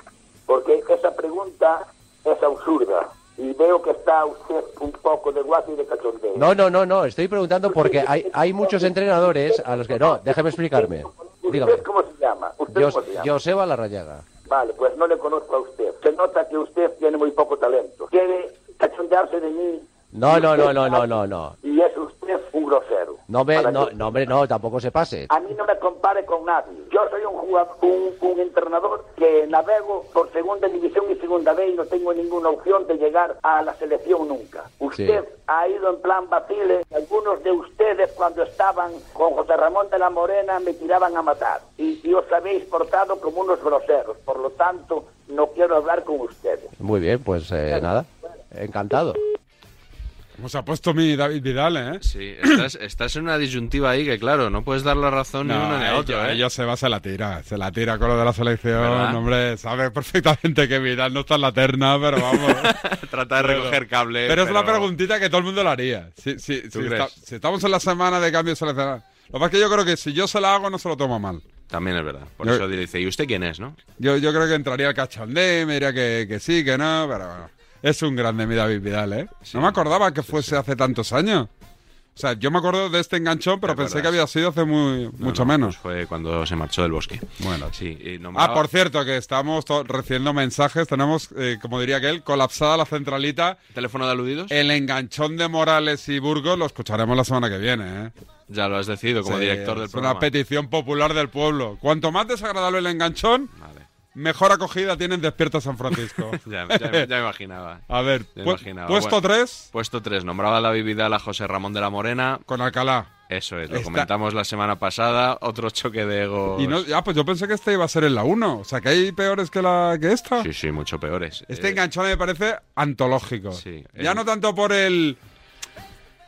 Porque esa pregunta es absurda. Y veo que está usted un poco de guapo y de cachondeo.
No, no, no, no. Estoy preguntando porque hay, hay muchos entrenadores a los que... No, déjeme explicarme. Dígame.
¿Usted cómo se llama? ¿Usted
Jos-
cómo se llama?
Joseba Larrayaga.
Vale, pues no le conozco a usted. Se nota que usted tiene muy poco talento. Quiere cachondearse de mí
No, no, no, no, no, no, no.
y es usted un grosero.
No, me,
Para
no,
que-
no, hombre, no, tampoco se pase.
A mí no me compare con nadie. Yo soy un, jugador, un, un entrenador que navego por segunda división y segunda B y no tengo ninguna opción de llegar a la selección nunca. Usted ha ido en plan vacile. Algunos de ustedes cuando estaban con José Ramón de la Morena me tiraban a matar. Y, y os habéis portado como unos groseros. Por lo tanto, no quiero hablar con ustedes.
Muy bien, pues eh, nada. Encantado.
¿Cómo se ha puesto mi David Vidal, eh?
Sí, estás, estás en una disyuntiva ahí que, claro, no puedes dar la razón ni uno ni a otro, ¿eh?
se va, se la tira, se la tira con lo de la selección,
¿Verdad?
hombre, sabe perfectamente que Vidal no está en la terna, pero vamos.
Trata de
Pero-
recoger cable.
pero es la preguntita que todo el mundo la haría. Si, si-
¿Tú
si
crees?
está- si estamos en la semana de cambio seleccionado. Lo que pasa es que yo creo que si yo se la hago no se lo toma mal.
También es verdad. Por
Yo-
eso dice, ¿y usted quién es, no?
Yo, yo creo que entraría al cachondeo y me diría que, que sí, que no, pero bueno. Es un grande mi David Vidal, ¿eh? no me acordaba que fuese hace tantos años. O sea, yo me acuerdo de este enganchón, pero pensé que había sido hace muy, mucho menos.
pues Fue cuando se marchó del bosque.
Bueno.
Sí, y nombraba-
Ah, por cierto, que estamos to- recibiendo mensajes. Tenemos, eh, como diría aquel, colapsada la centralita.
¿Teléfono de aludidos?
El enganchón de Morales y Burgos lo escucharemos la semana que viene. ¿eh?
Ya lo has decidido como
Sí,
director del
es
programa.
una petición popular del pueblo. Cuanto más desagradable el enganchón, mejor acogida tienen Despierta San Francisco.
ya, ya- ya me imaginaba.
A ver,
Ya
pu-
imaginaba.
puesto
Bueno,
tres.
Puesto 3. Nombraba David Vidal a José Ramón de la Morena.
Con Alcalá.
Eso es, lo
Está-
comentamos la semana pasada. Otro choque de ego.
Y no, ya, pues yo pensé que este iba a ser en la 1. O sea, que hay peores que, la, que esta.
Sí, sí, mucho peores.
Este
Eh,
enganchón me parece antológico.
Sí.
Ya
El-
no tanto por el.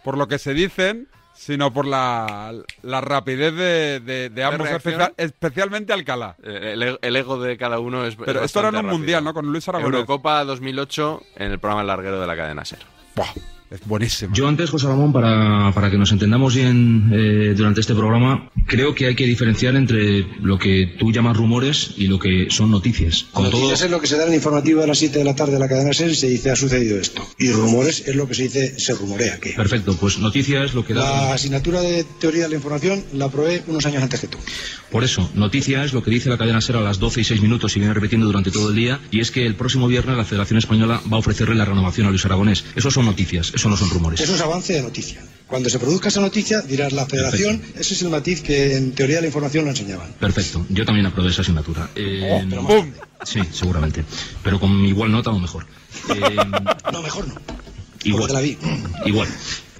por lo que se dicen, sino por la, la rapidez de, de- de ambos,
reacción?
especia- especialmente Alcalá.
eh, el, el ego de cada uno es.
Pero esto era en un mundial, ¿no? Con Luis Aragonés.
Eurocopa 2008 en el programa El Larguero de la cadena Ser.
Es buenísimo.
Yo antes, José Ramón, para, para que nos entendamos bien eh, durante este programa, creo que hay que diferenciar entre lo que tú llamas rumores y lo que son noticias. Con todo,
Noticias es lo que se da en el informativo de las 7 de la tarde de la cadena SER y se dice ha sucedido esto. Y rumores es lo que se dice, se rumorea que.
perfecto, pues noticias es lo que
La
da...
asignatura de teoría de la información la probé unos años antes que tú.
Por eso, noticias es lo que dice la cadena SER a las 12 y 6 minutos y viene repitiendo durante todo el día, y es que el próximo viernes la Federación Española va a ofrecerle la renovación a Luis Aragonés. Eso son noticias, eso no son rumores.
Pues Eso es avance de noticia. Cuando se produzca esa noticia, dirás la federación, ese es el matiz que en teoría de la información lo enseñaban.
Perfecto, yo también aprobé esa asignatura. Eh,
Oh, pero
Sí, seguramente. Pero con igual nota o mejor. Eh,
Mm.
No, mejor no. Pues
Igual. Igual.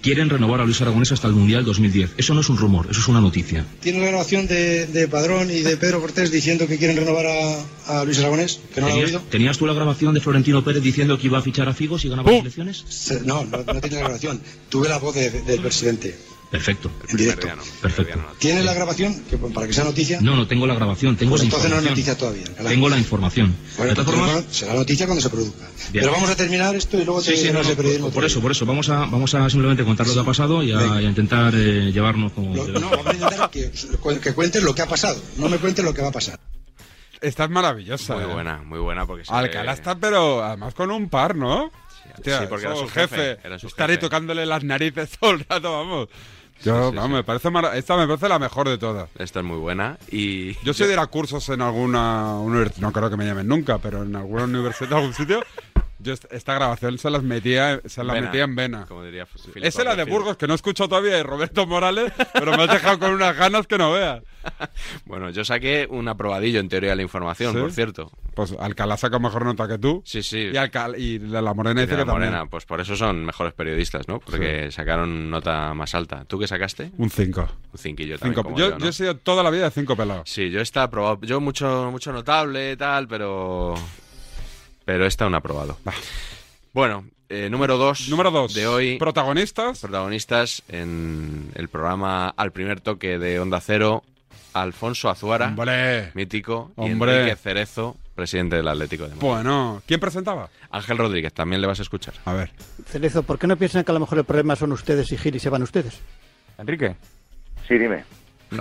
Quieren renovar a Luis Aragonés hasta el Mundial 2010. Eso no es un rumor, eso es una noticia.
¿Tiene la grabación de, de Padrón y de Pedro Cortés diciendo que quieren renovar a, a Luis Aragonés? ¿Que no la ha oído?
¿Tenías, tenías tú la grabación de Florentino Pérez diciendo que iba
Uh.
a fichar a Figo si ganaba las elecciones?
Se- No, no, no tiene la grabación. Tuve la voz de- del presidente.
Perfecto.
En directo.
Perfecto.
¿Tienes la grabación? Que, para que sea noticia.
No, no tengo la grabación, tengo
Pues
la
entonces no es
información.
noticia todavía. Claro.
Tengo la información.
Bueno,
de todas formas,
entonces, bueno, será noticia cuando se produzca.
Bien.
Pero vamos a terminar esto y luego
Sí,
te
sí,
diremos
no,
de periodismo.
por eso, por eso. Vamos a, vamos a simplemente contar lo que ha pasado y a, y a intentar eh, llevarnos como...
Que, que cuentes lo que ha pasado. No me cuentes lo que va a pasar.
Estás maravillosa.
Muy
eh.
buena, muy buena porque se
Alcalá
ve-
está, pero además con un par, ¿no? Hostia,
sí, porque era
eso,
su jefe, era su
Estaré
jefe.
tocándole las narices todo el rato, vamos. Yo, vamos, me parece mara- esta me parece la mejor de todas.
Esta es muy buena y...
Yo si diera cursos en alguna universidad, no creo que me llamen nunca, pero en alguna universidad, algún sitio, yo est- esta grabación se las metía, se las
Vena,
metía en vena.
Como diría F- Filipe
Esa es la de
Abrefil.
Burgos, que no escucho todavía, y Roberto Morales, pero me has dejado con unas ganas que no veas.
Bueno, yo saqué un aprobadillo en teoría de la información,
¿Sí?
por cierto.
Pues Alcalá saca mejor nota que tú.
Sí, sí.
Y, Alcalá, y la, la Morena
Y
dice
de la
que también.
Morena, pues por eso son mejores periodistas, ¿no? Porque sacaron nota más alta. ¿Tú qué sacaste?
Un 5.
Un cinquillo también.
Cinco.
como
Yo,
yo, ¿no?
yo he sido toda la vida de cinco pelados.
Sí, yo está aprobado. Yo mucho, mucho notable, tal, pero. Pero está un aprobado. Bueno, eh, número dos. Número dos. De hoy.
Protagonistas.
Protagonistas en el programa Al primer toque de Onda Cero. Alfonso Azuara. Mítico. y
Hombre.
Enrique Cerezo, presidente del Atlético de Madrid.
Bueno, ¿quién presentaba?
Ángel Rodríguez, también le vas a escuchar.
A ver.
Cerezo, ¿por qué no piensan que a lo mejor el problema son ustedes y Gil y se van ustedes?
Enrique, Sí, dime.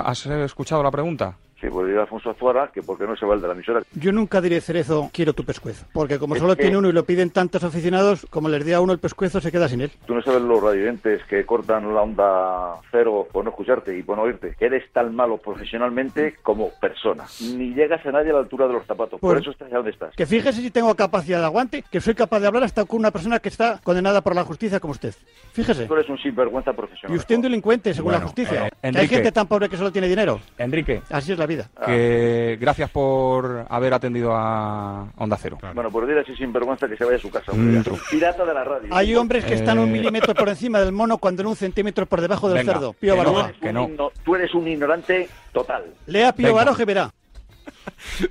¿has eh, escuchado la pregunta? Sí, pues digo a Alfonso Azuara que por qué no se va el de la emisora.
Yo nunca diré Cerezo, quiero tu pescuezo. Porque como
Es
solo
que-
tiene uno y lo piden tantos aficionados, como les dé a uno el pescuezo, se queda sin él.
Tú no sabes los radiodentes que cortan la onda cero por no escucharte y por no oírte. Eres tan malo profesionalmente
Mm.
como persona. Ni llegas a nadie a la altura de los zapatos. Por
Pues-
eso estás a donde estás.
Que fíjese si tengo capacidad de aguante, que soy capaz de hablar hasta con una persona que está condenada por la justicia como usted. Fíjese.
Tú eres un sinvergüenza
Y
profesional.
usted un delincuente, según la
Bueno,
justicia.
eh,
Que hay
Enrique.
gente tan pobre que solo tiene dinero.
Enrique.
Así es la vida.
Que gracias por haber atendido a Onda Cero. Bueno, pues dile a ese sinvergüenza que se vaya a su casa. hombre. Mm. Pirata de la radio.
Hay hombres que están un
Eh.
milímetro por encima del mono cuando en un centímetro por debajo del
Venga,
cerdo. Pío
que no,
Baroja.
que no. Tú eres un ignorante total.
Lea Pío
Venga.
Baroja y verá.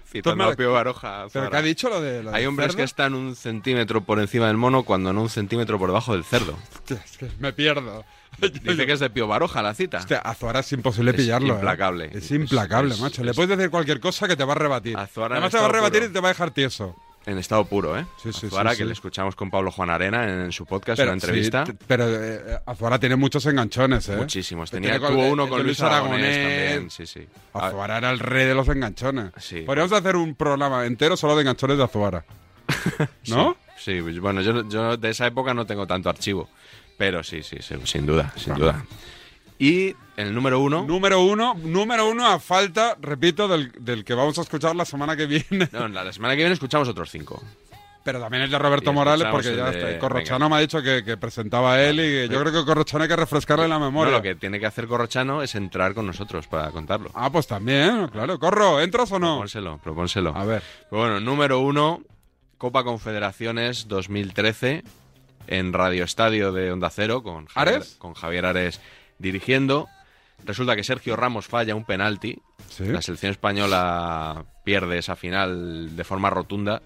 Citando a Pío Baroja.
¿Pero qué ha dicho lo de.? Lo
Hay
del
hombres
cerdo?
que están un centímetro por encima del mono cuando no un centímetro por debajo del cerdo.
Eh,
Hostia, es que me pierdo.
Dice que es de Pío Baroja la cita.
Hostia, Azuara es imposible
Es
pillarlo. ¿eh?
implacable.
Es implacable,
es-
macho. Le puedes decir cualquier cosa que te va a rebatir.
Azuara
Además,
en
te va a
estado
rebatir
puro.
y te va a dejar tieso.
En estado puro, ¿eh?
sí,
Azuara,
sí,
que
sí.
le escuchamos con Pablo Juan Arena en, en su podcast, una
sí,
entrevista.
t- pero eh, Azuara tiene muchos enganchones, ¿eh?
Muchísimos.
Pero
Tenía,
tiene
tuvo
el-
uno
el
con
de
Luis Aragonés también. Sí, sí.
Azuara era el rey de los enganchones. Podríamos hacer un programa entero solo de enganchones de Azuara. ¿No?
Sí, pues, bueno, yo, yo de esa época no tengo tanto archivo. Pero sí, sí, sí, sin duda, sin duda. Y el número uno.
Número uno, número uno a falta, repito, del, del que vamos a escuchar la semana que viene.
No, la, la semana que viene escuchamos otros cinco.
Pero también el de Roberto
Y
Morales,
escuchamos
porque
el
ya
de-
está. Y Corrochano me ha dicho que, que presentaba él y que yo creo que Corrochano hay que refrescarle la memoria.
No, lo que tiene que hacer Corrochano es entrar con nosotros para contarlo.
Ah, pues también, claro. Corro, ¿entras o no?
Propónselo, propónselo.
A ver.
Pues Bueno, número uno, Copa Confederaciones 2013 en Radio Estadio de Onda Cero con Javier,
¿Ares?
Con Javier Ares dirigiendo. Resulta que Sergio Ramos falla un penalti. La selección española pierde esa final de forma rotunda.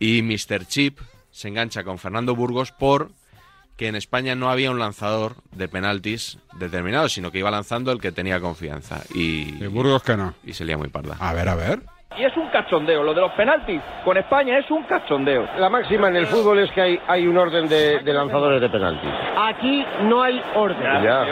Y Mr. Chip se engancha con Fernando Burgos por que en España no había un lanzador de penaltis determinado, sino que iba lanzando el que tenía confianza. Y,
Y Burgos que no. Ah,
y se lía muy parda.
A ver, a ver.
Y es un cachondeo, lo de los penaltis con España es un cachondeo.
La máxima en el fútbol es que hay, hay un orden de, de lanzadores de penaltis.
Aquí no hay orden.
Ya.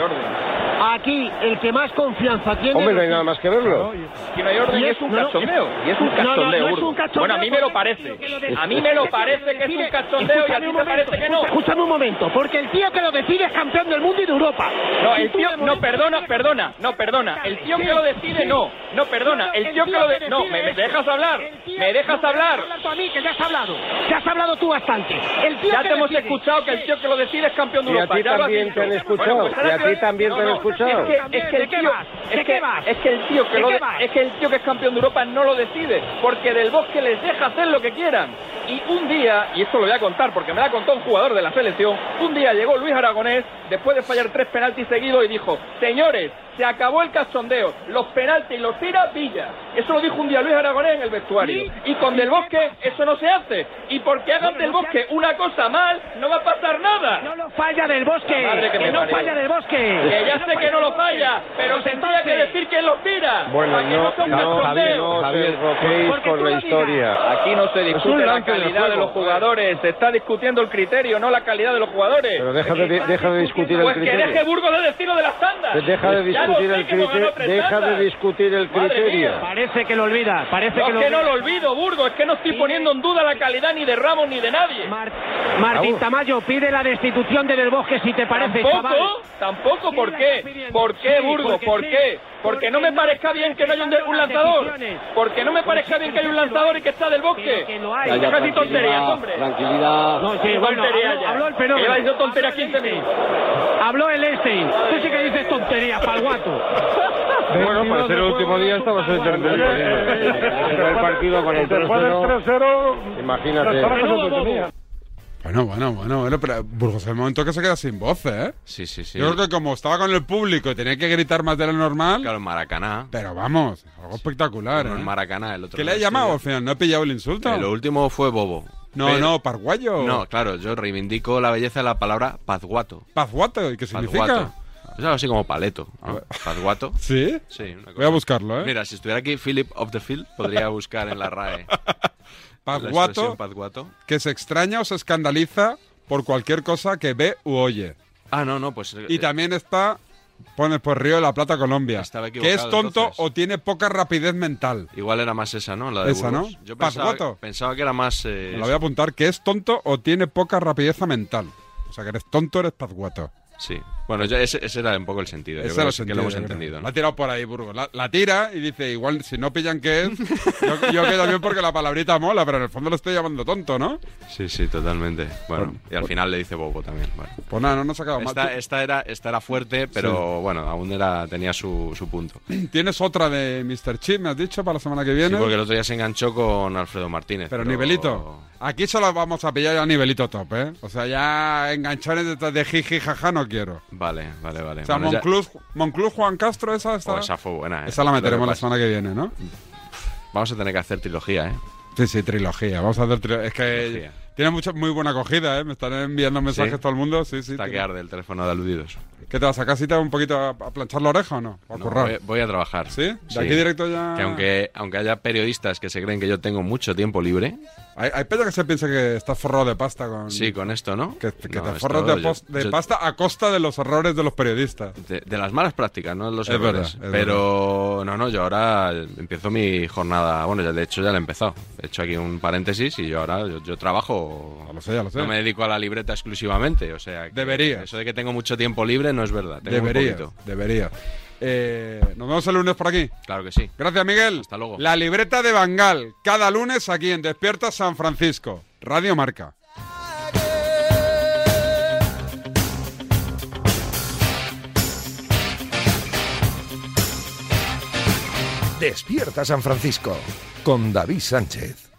Aquí el que más confianza tiene.
Hombre, no hay nada más que verlo.
Aquí no hay orden
Y
y
es-
es un
no, no.
cachondeo. Y es un
No, no, no
cachondeo,
es un
Burgos.
cachondeo
Bueno, a mí me lo
porque-
parece. A mí me lo parece que es un cachondeo y a ti te parece que no. Escúchame un momento, porque el tío que lo decide es campeón del mundo y de Europa.
No, el tío, no, perdona, perdona, no, perdona. El tío que lo decide, no, no, perdona. El tío que lo decide, no, me, me dejas hablar, me dejas hablar.
A mí que ya has hablado. Ya has hablado tú bastante. El tío
Ya
que
te hemos
decide-
escuchado que el tío que lo decide es campeón de
Y a
Europa.
ti
ya lo has
también
dicho. pues
te han escuchado,
ahora
y a ti
te-
también te han escuchado.
Es que, es que
¿De
el
qué
tío,
vas?
es que, es que el tío que
¿De
lo
qué
de-
vas?
es que el tío que es campeón de Europa no lo decide, porque del bosque les deja hacer lo que quieran. Y un día, y esto lo voy a contar porque me la contó un jugador de la selección, un día llegó Luis Aragonés después de fallar tres penaltis seguidos y dijo, señores, se acabó el cachondeo, los penaltis los tira Villa. Eso lo dijo un día Luis Aragonés en el vestuario. Y con Del Bosque eso no se hace. Y porque hagan Del Bosque una cosa mal, no va a pasar nada. No lo
falla del bosque.
La madre
Que,
que me
no
parió.
falla del bosque.
Que ya sé que no lo falla, pero tendría que decir quién lo tira.
Bueno,
para que
no,
sea un
no, Javier,
cachondeo.
no os enroquéis por la historia.
Aquí no se
Es
discute
un
la
lance de
calidad de,
juego.
los jugadores, se está discutiendo el criterio, no la calidad de los jugadores.
Pero deja de, deja de discutir el
pues que deje
criterio.
Burgos de decirlo de las tandas.
Deja de
Ya lo sé
discutir el
que hemos ganado
criterio.
tres
Deja
tandas.
de discutir el
Madre
criterio.
mía.
Parece que lo olvida. Parece
No,
que
es
lo
que
olvida.
no lo olvido, Burgo, es que no estoy poniendo en duda la calidad ni de Ramos ni de nadie.
Martín Tamayo pide la destitución de Del Bosque si te parece, chaval.
Tampoco, tampoco, ¿por qué? ¿Por qué,
Sí,
Burgo?
porque
¿Por
sí.
qué? Porque no me parezca bien que no haya un, de- un lanzador. Porque no me parezca bien que haya un lanzador y que está del bosque.
hay.
Deja casi tonterías,
Tranquilidad,
hombre.
tranquilidad. No, sí,
Qué
bueno,
tontería
habló-
ya.
habló el fenómeno.
Lleva diciendo tonterías 15 minutos.
Habló el este. Tú sí que dices tonterías, pal guato.
Bueno, para ser el último día estamos en el partido con el 3-0. Imagínate.
Bueno, bueno, bueno, bueno, pero Burgos el momento que se queda sin voces, ¿eh?
Sí, sí, sí.
Yo creo que como estaba con el público y tenía que gritar más de lo normal.
Claro, Maracaná.
Pero vamos, algo espectacular,
Bueno,
¿eh?
en Maracaná, el otro
¿Qué le
día
ha llamado al
estuve.
final? ¿No ha pillado el insulto?
Eh, Lo último fue Bobo.
No, no, Parguayo.
No, claro, yo reivindico la belleza de la palabra pazguato.
¿Pazguato? ¿Y qué significa?
Pazguato. Es algo así como paleto. ¿no? ¿Pazguato?
¿Sí?
Sí. una cosa.
Voy a buscarlo, ¿eh?
Mira, si estuviera aquí Philip of the Field, podría buscar en la RAE. La
Pazguato,
expresión pazguato.
que se extraña o se escandaliza por cualquier cosa que ve u oye.
Ah, no, no, pues... eh,
Y también está, pones por Río de la Plata, Colombia.
Estaba
Que es
equivocado,
tonto o tiene poca rapidez mental.
Igual era más esa, ¿no? La de
Esa,
Burgos.
¿no?
Yo pensaba,
Pazguato.
pensaba que era más... eh,
Me La voy a apuntar, que es tonto o tiene poca rapidez mental. O sea, que eres tonto, eres pazguato.
Sí. Bueno, ya ese, ese era un poco el sentido. Yo
Ese
creo
era
que
el
sí que
sentido,
lo hemos
yo creo.
entendido, ¿no?
La ha tirado por ahí, Burgos. La, la tira y dice, igual si no pillan qué es, yo, yo quedo bien porque la palabrita mola, pero en el fondo lo estoy llamando tonto, ¿no?
Sí, sí, totalmente. Bueno, y al final le dice Bobo también. Bueno.
Pues nada, no nos ha quedado mal.
Esta, esta era, esta era fuerte, pero bueno, aún era, tenía su, su punto.
Tú- Tienes otra de Mr. Chip, me has dicho, para la semana que
Sí,
viene.
porque el otro día se enganchó con Alfredo Martínez.
Pero nivelito. Aquí solo vamos a pillar ya nivelito top, ¿eh? O sea, ya enganchones de, de jiji jaja no quiero.
Vale, vale, vale.
O sea,
Bueno, ya-
Moncluz, Moncluz, Juan Castro, esa está...
Oh, esa fue buena, ¿eh?
Esa la meteremos
Lo que
la
pasa-
semana que viene, ¿no?
Vamos a tener que hacer trilogía, ¿eh?
Sí, sí, trilogía. Vamos a hacer trilogía. Es que
Trilogía.
tiene mucha, muy buena acogida, ¿eh? Me están enviando mensajes todo el mundo. Sí, sí.
Está que
tiene-
arde el teléfono de aludidos.
¿Qué te vas a casita un poquito a, a planchar la oreja o no? ¿O a
No, eh,
currar?
voy, voy a trabajar.
¿Sí? ¿De aquí directo ya?
Que aunque, aunque haya periodistas que se creen que yo tengo mucho tiempo libre,
Hay, hay peña que se piensa que estás forrado de pasta con...
sí, con esto, ¿no? Que,
que te forras de, pos- de pasta a costa de los errores de los periodistas.
de, de las malas prácticas, no de los
Es
errores.
verdad, es
pero no, no, yo ahora empiezo mi jornada. Bueno, ya de hecho ya la he empezado. He hecho aquí un paréntesis y yo ahora yo, yo trabajo.
ya lo sé.
No me dedico a la libreta exclusivamente, o sea. que
Deberías.
Eso de que tengo mucho tiempo libre no es verdad. Tengo muy
Deberías,
poquito.
deberías. Eh, nos vemos el lunes por aquí.
Claro que sí.
Gracias, Miguel.
Hasta luego.
La libreta de Bangal, cada lunes aquí en Despierta San Francisco, Radio Marca.
Despierta San Francisco con David Sánchez.